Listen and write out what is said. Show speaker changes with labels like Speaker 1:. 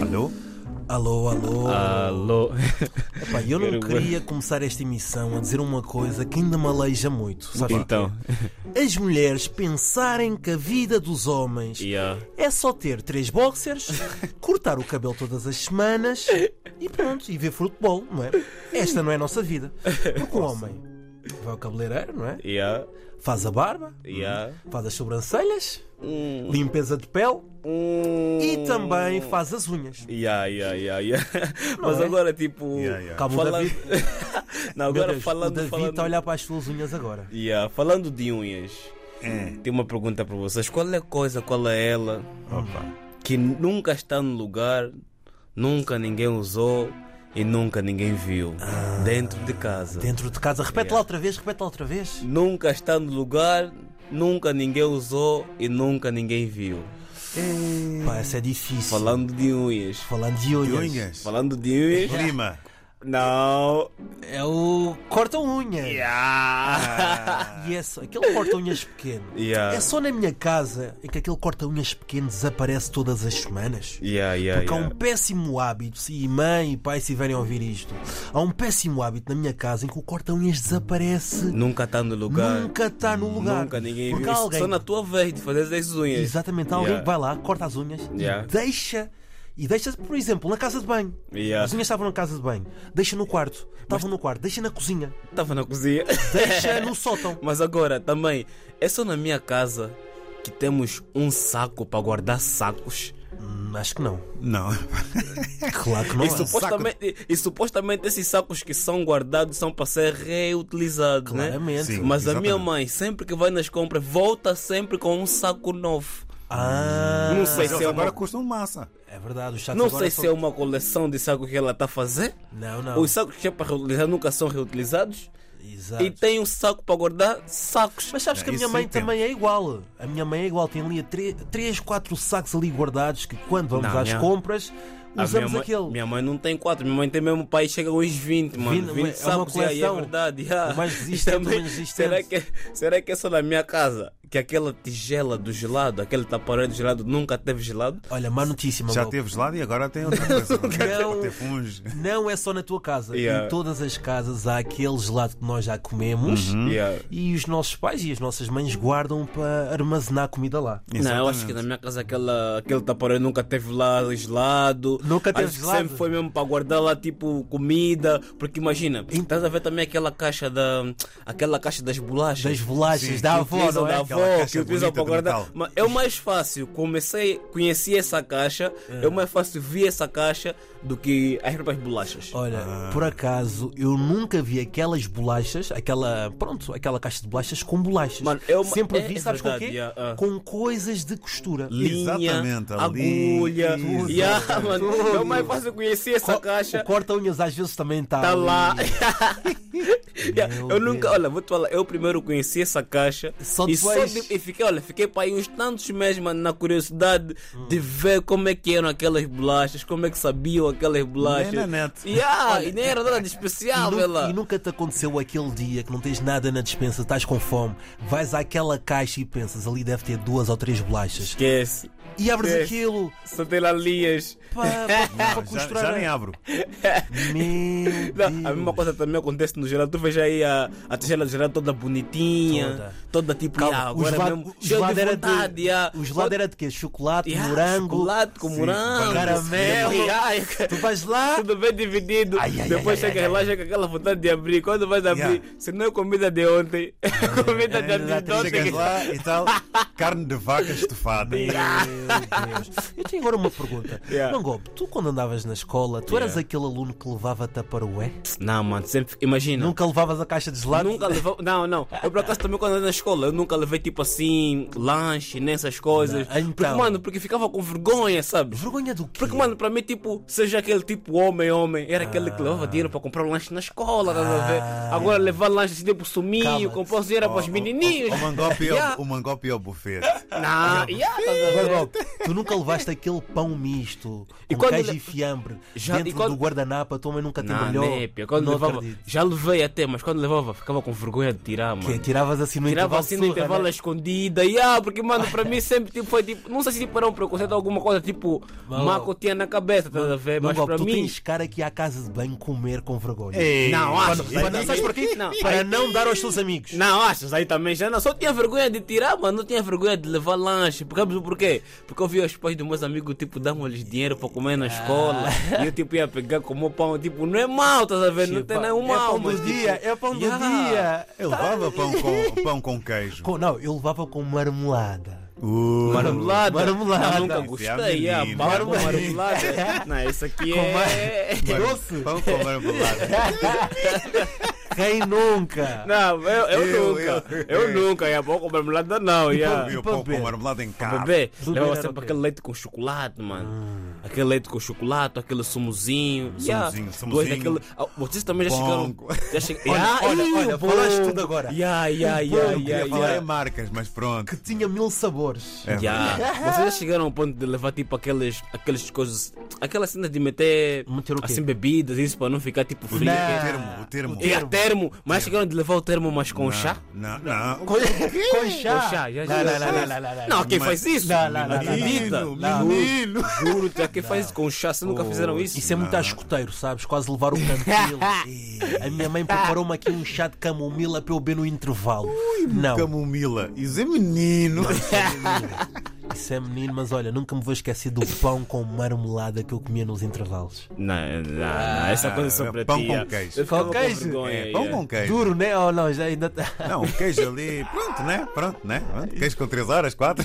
Speaker 1: Alô?
Speaker 2: Alô, alô.
Speaker 3: Alô.
Speaker 2: Epá, eu não
Speaker 3: Ah, Quero-
Speaker 2: queria começar esta emissão a dizer uma coisa que ainda me aleija muito. Sabe
Speaker 3: Então.
Speaker 2: porquê? As mulheres pensarem que a vida dos homens
Speaker 3: Yeah.
Speaker 2: é só ter três boxers, cortar o cabelo todas as semanas e pronto, e ver futebol, não é? Esta não é a nossa vida. Porque o homem vai ao cabeleireiro, não é?
Speaker 3: Yeah.
Speaker 2: Faz a barba,
Speaker 3: Yeah.
Speaker 2: faz as sobrancelhas,
Speaker 3: Uh.
Speaker 2: limpeza de pele e também faz as unhas.
Speaker 3: Yeah, yeah, yeah, yeah.
Speaker 2: Não
Speaker 3: Mas
Speaker 2: é?
Speaker 3: agora, tipo.
Speaker 1: Yeah, yeah.
Speaker 2: Calma, o
Speaker 3: falando...
Speaker 2: David-
Speaker 3: Não,
Speaker 2: Meu
Speaker 3: agora
Speaker 2: Deus,
Speaker 3: falando.
Speaker 2: o David
Speaker 3: falando...
Speaker 2: está a olhar para as suas unhas agora.
Speaker 3: Yeah, falando de unhas,
Speaker 1: É.
Speaker 3: tenho uma pergunta para vocês. Qual é a coisa, qual é ela
Speaker 1: Opa.
Speaker 3: que nunca está no lugar, nunca ninguém usou e nunca ninguém viu?
Speaker 2: Ah.
Speaker 3: Dentro de casa.
Speaker 2: Dentro de casa, repete lá outra vez, repete lá outra vez.
Speaker 3: Nunca está no lugar, nunca ninguém usou e nunca ninguém viu.
Speaker 2: Pá, essa é difícil.
Speaker 3: Falando de unhas.
Speaker 2: Falando de
Speaker 1: E
Speaker 2: unhas.
Speaker 1: Unhas.
Speaker 3: Falando Hum. de unhas.
Speaker 1: Lima.
Speaker 3: Não.
Speaker 2: É o corta-unhas.
Speaker 3: Yeah.
Speaker 2: E é só, aquele corta-unhas pequeno.
Speaker 3: Yeah.
Speaker 2: É só na minha casa é que aquele corta-unhas pequeno desaparece todas as semanas.
Speaker 3: Yeah, yeah,
Speaker 2: Porque há um
Speaker 3: yeah.
Speaker 2: péssimo hábito, se mãe e pai estiverem a ouvir isto, há um péssimo hábito na minha casa em que o corta-unhas desaparece.
Speaker 3: Nunca está no lugar.
Speaker 2: Nunca está no lugar.
Speaker 3: Nunca ninguém
Speaker 2: Porque
Speaker 3: viu.
Speaker 2: há
Speaker 3: Isso
Speaker 2: alguém
Speaker 3: Só na tua vez de fazer as unhas.
Speaker 2: Exatamente, há alguém
Speaker 3: Yeah.
Speaker 2: que vai lá, corta as unhas
Speaker 3: Yeah.
Speaker 2: e deixa. E deixa, por exemplo, na casa de banho.
Speaker 3: Yeah.
Speaker 2: As unhas estavam na casa de banho. Deixa no quarto. Estavam no quarto. Deixa na cozinha.
Speaker 3: Estava na cozinha.
Speaker 2: Deixa no sótão.
Speaker 3: Mas agora também, é só na minha casa que temos um saco para guardar sacos.
Speaker 2: Hum, acho que não.
Speaker 1: Não.
Speaker 2: Claro que não.
Speaker 3: e,
Speaker 2: é.
Speaker 3: supostamente, e supostamente esses sacos que são guardados são para ser reutilizados, né?
Speaker 2: Claramente.
Speaker 1: Sim.
Speaker 3: Mas a
Speaker 1: Exatamente.
Speaker 3: minha mãe, sempre que vai nas compras, volta sempre com um saco novo.
Speaker 2: Ah,
Speaker 3: não sei
Speaker 1: Mas
Speaker 3: se
Speaker 1: eles
Speaker 3: é
Speaker 1: agora
Speaker 3: uma,
Speaker 1: custam massa.
Speaker 2: é verdade. Os chatos
Speaker 3: não
Speaker 2: agora
Speaker 3: sei
Speaker 2: são-
Speaker 3: se é uma coleção de sacos que ela está a fazer.
Speaker 2: Não, não.
Speaker 3: Os sacos que é para reutilizar nunca são reutilizados.
Speaker 2: Exato.
Speaker 3: E tem um saco para guardar sacos.
Speaker 2: Mas sabes que a
Speaker 1: Isso
Speaker 2: minha mãe
Speaker 1: eu entendo.
Speaker 2: também é igual. A minha mãe é igual. Tem ali 3, 4 sacos ali guardados que quando vamos
Speaker 3: Não,
Speaker 2: às
Speaker 3: minha-
Speaker 2: compras
Speaker 3: A
Speaker 2: usamos
Speaker 3: Ah, minha mãe,
Speaker 2: aquele.
Speaker 3: Minha mãe não tem quatro, minha mãe tem mesmo pai chega uns 20, mano. 20,
Speaker 2: Vinte, é uma
Speaker 3: sacos, e aí é
Speaker 2: coleção.
Speaker 3: verdade. yeah.
Speaker 2: O mais resistente, o
Speaker 3: Também,
Speaker 2: menos resistente.
Speaker 3: será, que, será que é só na minha casa que aquela tigela do gelado, aquele taparão do gelado nunca teve gelado?
Speaker 2: Olha, má notícia,
Speaker 1: Já
Speaker 2: Manuel.
Speaker 1: teve gelado e agora tem outra coisa.
Speaker 2: Não.
Speaker 1: Teve uns.
Speaker 2: Não é só na tua casa.
Speaker 3: Yeah.
Speaker 2: Em todas as casas há aquele gelado que nós já comemos
Speaker 3: Yeah.
Speaker 2: e os nossos pais e as nossas mães guardam para armazenar comida lá.
Speaker 3: Não, eu acho que na minha casa aquela, aquele taparão nunca teve lá gelado.
Speaker 2: Nunca teve
Speaker 3: acho que
Speaker 2: gelado?
Speaker 3: Sempre foi mesmo para guardar lá tipo comida. Porque imagina, estás a ver também aquela caixa da. aquela caixa das bolachas.
Speaker 2: Das bolachas,
Speaker 1: Sim,
Speaker 2: da
Speaker 3: que
Speaker 2: avó,
Speaker 3: utilizam
Speaker 2: não
Speaker 3: da
Speaker 2: é?
Speaker 1: Aquela
Speaker 3: avó, que
Speaker 1: caixa
Speaker 3: utilizam para
Speaker 1: bonita do
Speaker 3: guardar.
Speaker 1: Natal.
Speaker 3: um Mas é o mais fácil. Comecei, conheci essa caixa, é o mais fácil ver essa caixa do que as próprias bolachas.
Speaker 2: Olha,
Speaker 3: Ah.
Speaker 2: por acaso eu nunca vi aquelas bolachas, aquela, pronto, aquela caixa de bolachas com bolachas.
Speaker 3: Mano, é uma-
Speaker 2: Sempre
Speaker 3: é-
Speaker 2: vi,
Speaker 3: é
Speaker 2: sabes com o quê?
Speaker 3: verdade, yeah, ah.
Speaker 2: Com coisas de costura.
Speaker 3: Linha,
Speaker 1: Exatamente, ali.
Speaker 3: agulha.
Speaker 1: Isso.
Speaker 3: Yeah, mano, é o mais fácil conhecer essa
Speaker 2: Co-
Speaker 3: caixa.
Speaker 2: O corta-unhas às vezes também está
Speaker 3: Tá lá. Yeah,
Speaker 2: Meu
Speaker 3: eu nunca, olha, vou te falar, eu primeiro conheci essa caixa
Speaker 2: Só
Speaker 3: e,
Speaker 2: depois.
Speaker 3: de- e fiquei, olha, fiquei para aí uns tantos meses, mano, na curiosidade
Speaker 2: Hum.
Speaker 3: de ver como é que eram aquelas bolachas, como é que sabiam aquelas
Speaker 2: Né,
Speaker 3: bolachas.
Speaker 1: na net.
Speaker 3: Yeah, e nem era nada de
Speaker 2: E,
Speaker 3: especial,
Speaker 2: nu-
Speaker 3: vê lá.
Speaker 2: e nunca te aconteceu aquele dia que não tens nada na dispensa, estás com fome, vais àquela caixa e pensas ali deve ter duas ou três bolachas.
Speaker 3: Esquece.
Speaker 2: E abres
Speaker 3: É.
Speaker 2: aquilo
Speaker 3: Só tem lá linhas.
Speaker 2: para, para,
Speaker 1: Não, já,
Speaker 2: costurar.
Speaker 1: já nem abro.
Speaker 2: Meu
Speaker 3: Não,
Speaker 2: Deus.
Speaker 3: a mesma coisa também acontece no geral. Tu veja aí a, a tigela do geral toda bonitinha, toda,
Speaker 2: Toda.
Speaker 3: tipo,
Speaker 2: Calma,
Speaker 3: yeah,
Speaker 2: o
Speaker 3: agora
Speaker 2: gelado,
Speaker 3: mesmo,
Speaker 2: o
Speaker 3: cheio
Speaker 2: gelado
Speaker 3: de
Speaker 2: era
Speaker 3: vontade. ah.
Speaker 2: de,
Speaker 3: yeah.
Speaker 2: o gelado era de quê? Chocolate,
Speaker 3: Yeah,
Speaker 2: morango.
Speaker 3: chocolate com morango,
Speaker 2: caramelo.
Speaker 3: yeah, yeah.
Speaker 2: Tu vais lá,
Speaker 3: Tudo bem dividido.
Speaker 2: Ai, ai,
Speaker 3: Depois
Speaker 2: ai,
Speaker 3: chega,
Speaker 2: ai,
Speaker 3: relaxa com aquela vontade de abrir. Quando vais abrir,
Speaker 1: Yeah.
Speaker 3: se não é comida de ontem, é comida de
Speaker 2: é,
Speaker 3: antes de
Speaker 2: exato,
Speaker 3: ontem.
Speaker 1: Chegas lá e tal. Carne de vaca estufada.
Speaker 2: Meu Deus. Eu tenho agora uma pergunta.
Speaker 3: Yeah.
Speaker 2: Mangob, tu quando andavas na escola, tu eras
Speaker 3: Yeah.
Speaker 2: aquele aluno que levava taparoé?
Speaker 3: Não, mano, sempre, imagina.
Speaker 2: Nunca levavas a caixa de gelado?
Speaker 3: Nunca levou. Não, não. Eu por acaso também quando andei na escola, eu nunca levei tipo assim, lanche, nessas coisas.
Speaker 2: Não, então.
Speaker 3: Porque, mano, porque ficava com vergonha, sabe?
Speaker 2: Vergonha do quê?
Speaker 3: Porque, mano, pra mim, tipo, seja aquele tipo homem, homem, era aquele que
Speaker 2: Ah.
Speaker 3: levava dinheiro pra comprar um lanche na escola, estás a ver?
Speaker 2: é.
Speaker 3: Agora levar lanche assim, tipo, suminho,
Speaker 2: Calma-te.
Speaker 3: comprar dinheiro para os menininhos.
Speaker 1: O, o, mangope é
Speaker 3: Yeah.
Speaker 1: o, o mangope é o buffet.
Speaker 3: Não, tá yeah, estás a ver?
Speaker 2: Mangob, tu nunca levaste aquele pão misto
Speaker 3: E
Speaker 2: com
Speaker 3: quando
Speaker 2: queijo
Speaker 3: le-
Speaker 2: e fiambre
Speaker 3: Já- e
Speaker 2: dentro
Speaker 3: quando-
Speaker 2: do guardanapo, a tua mãe nunca te
Speaker 3: Não,
Speaker 2: molhou?
Speaker 3: népia, quando
Speaker 2: Não
Speaker 3: levava,
Speaker 2: acredito.
Speaker 3: já levei até, mas quando levava ficava com vergonha de tirar, mano.
Speaker 2: Que tiravas assim no
Speaker 3: Tirava
Speaker 2: intervalo.
Speaker 3: assim no
Speaker 2: surra,
Speaker 3: intervalo à
Speaker 2: né?
Speaker 3: escondida, yeah, porque mano, para mim sempre tipo, foi tipo, não sei se tipo, era um preconceito ou alguma coisa tipo
Speaker 2: Mano.
Speaker 3: Marco tinha na cabeça, estás a ver? Mas
Speaker 2: Longo,
Speaker 3: é para
Speaker 2: tu
Speaker 3: mim.
Speaker 2: tens cara que ir à casa de banho comer com vergonha.
Speaker 1: Ei,
Speaker 3: Não,
Speaker 2: Para-
Speaker 3: acho.
Speaker 2: para- não, sabes porquê?
Speaker 3: Não.
Speaker 2: Para não dar aos teus amigos.
Speaker 3: Não, achas aí também já é, não. Só tinha vergonha de tirar, mano. Não tinha vergonha de levar lanche. Porque, sabe por quê? Porque eu via os pais dos meus amigos, tipo, davam-lhes dinheiro para comer
Speaker 2: Ah.
Speaker 3: na escola. E eu, tipo, ia pegar como pão. Tipo, não é mal, estás a ver? Não tem nenhum
Speaker 2: É
Speaker 3: mal.
Speaker 2: pão
Speaker 3: mas,
Speaker 2: do
Speaker 3: tipo,
Speaker 2: dia, é pão do
Speaker 3: yeah.
Speaker 2: dia.
Speaker 1: Eu levava pão com, pão com queijo.
Speaker 2: Com- não, eu levava com marmelada.
Speaker 1: Uh,
Speaker 3: Marmelada.
Speaker 2: Marmelada.
Speaker 3: Eu nunca
Speaker 2: Esse é
Speaker 3: gostei. Yeah,
Speaker 1: menino.
Speaker 3: baba, marmelada. Não, isso aqui
Speaker 2: Com
Speaker 3: é.
Speaker 1: mar-
Speaker 2: doce.
Speaker 1: Pão com marmelada.
Speaker 2: Quem nunca?
Speaker 3: Não, eu, eu,
Speaker 1: Eu-
Speaker 3: nunca. Eu,
Speaker 1: eu-
Speaker 3: nunca. Yeah, pão com marmelada não. Yeah.
Speaker 1: Comi o
Speaker 2: para
Speaker 1: pão com
Speaker 2: beber?
Speaker 1: marmelada em casa.
Speaker 3: Bebê,
Speaker 2: Ah, tudo bem,
Speaker 3: leva
Speaker 2: era
Speaker 3: sempre
Speaker 2: ok.
Speaker 3: aquele leite com chocolate, mano.
Speaker 2: Ah.
Speaker 3: Aquele leite com chocolate, aquele sumozinho.
Speaker 2: Hum.
Speaker 1: Sumozinho,
Speaker 3: Dois
Speaker 1: sumozinho.
Speaker 3: daquele... Ah, vocês também já chegaram.
Speaker 1: Bongo.
Speaker 3: Já chegaram.
Speaker 2: Olha,
Speaker 3: Ah,
Speaker 2: olha,
Speaker 3: ih,
Speaker 2: olha,
Speaker 3: o bongo.
Speaker 2: falaste tudo agora.
Speaker 3: Yeah, yeah,
Speaker 2: O bongo,
Speaker 3: yeah,
Speaker 1: Eu queria
Speaker 3: yeah,
Speaker 1: falar
Speaker 3: yeah.
Speaker 1: em marcas, mas pronto.
Speaker 2: Que tinha mil sabores.
Speaker 1: É.
Speaker 3: Yeah. Vocês já chegaram ao ponto de levar tipo aquelas, aquelas coisas, aquela cena de meter,
Speaker 2: Meter o quê?
Speaker 3: assim bebidas, isso para não ficar tipo
Speaker 1: O
Speaker 3: frio.
Speaker 2: Não.
Speaker 1: termo, o termo.
Speaker 2: O
Speaker 3: E a termo, mas chegaram de levar o termo, mas com chá?
Speaker 1: Não, não.
Speaker 2: Com, com chá.
Speaker 3: Com chá, já-
Speaker 2: Não,
Speaker 3: já-
Speaker 2: não,
Speaker 3: já-
Speaker 2: não, não, não, não, não.
Speaker 3: Não, quem
Speaker 1: Mas-
Speaker 3: faz isso?
Speaker 2: Não, não, não, não, não.
Speaker 3: Acredita?
Speaker 1: Menino, menino.
Speaker 3: Juro, tu é quem faz isso com chá, vocês nunca fizeram isso?
Speaker 2: Isso é muito a escoteiro, sabes? Quase levar o cantil. a minha mãe preparou-me aqui um chá de camomila para eu beber no intervalo. não,
Speaker 1: Camomila. Isso é menino.
Speaker 2: isso é menino, mas olha, nunca me vou esquecer do pão com marmelada que eu comia nos intervalos.
Speaker 3: Não, não, não, essa coisa é só
Speaker 1: é
Speaker 3: para
Speaker 1: pão
Speaker 3: ti.
Speaker 1: com
Speaker 3: é.
Speaker 1: queijo.
Speaker 3: Eu ficava
Speaker 2: Com queijo?
Speaker 3: vergonha,
Speaker 1: É pão
Speaker 3: é.
Speaker 1: com queijo.
Speaker 2: Duro, né? Oh, não, já ainda.
Speaker 1: Não, queijo ali. Pronto, né? Pronto, né? Pronto. Queijo com 3 horas, 4.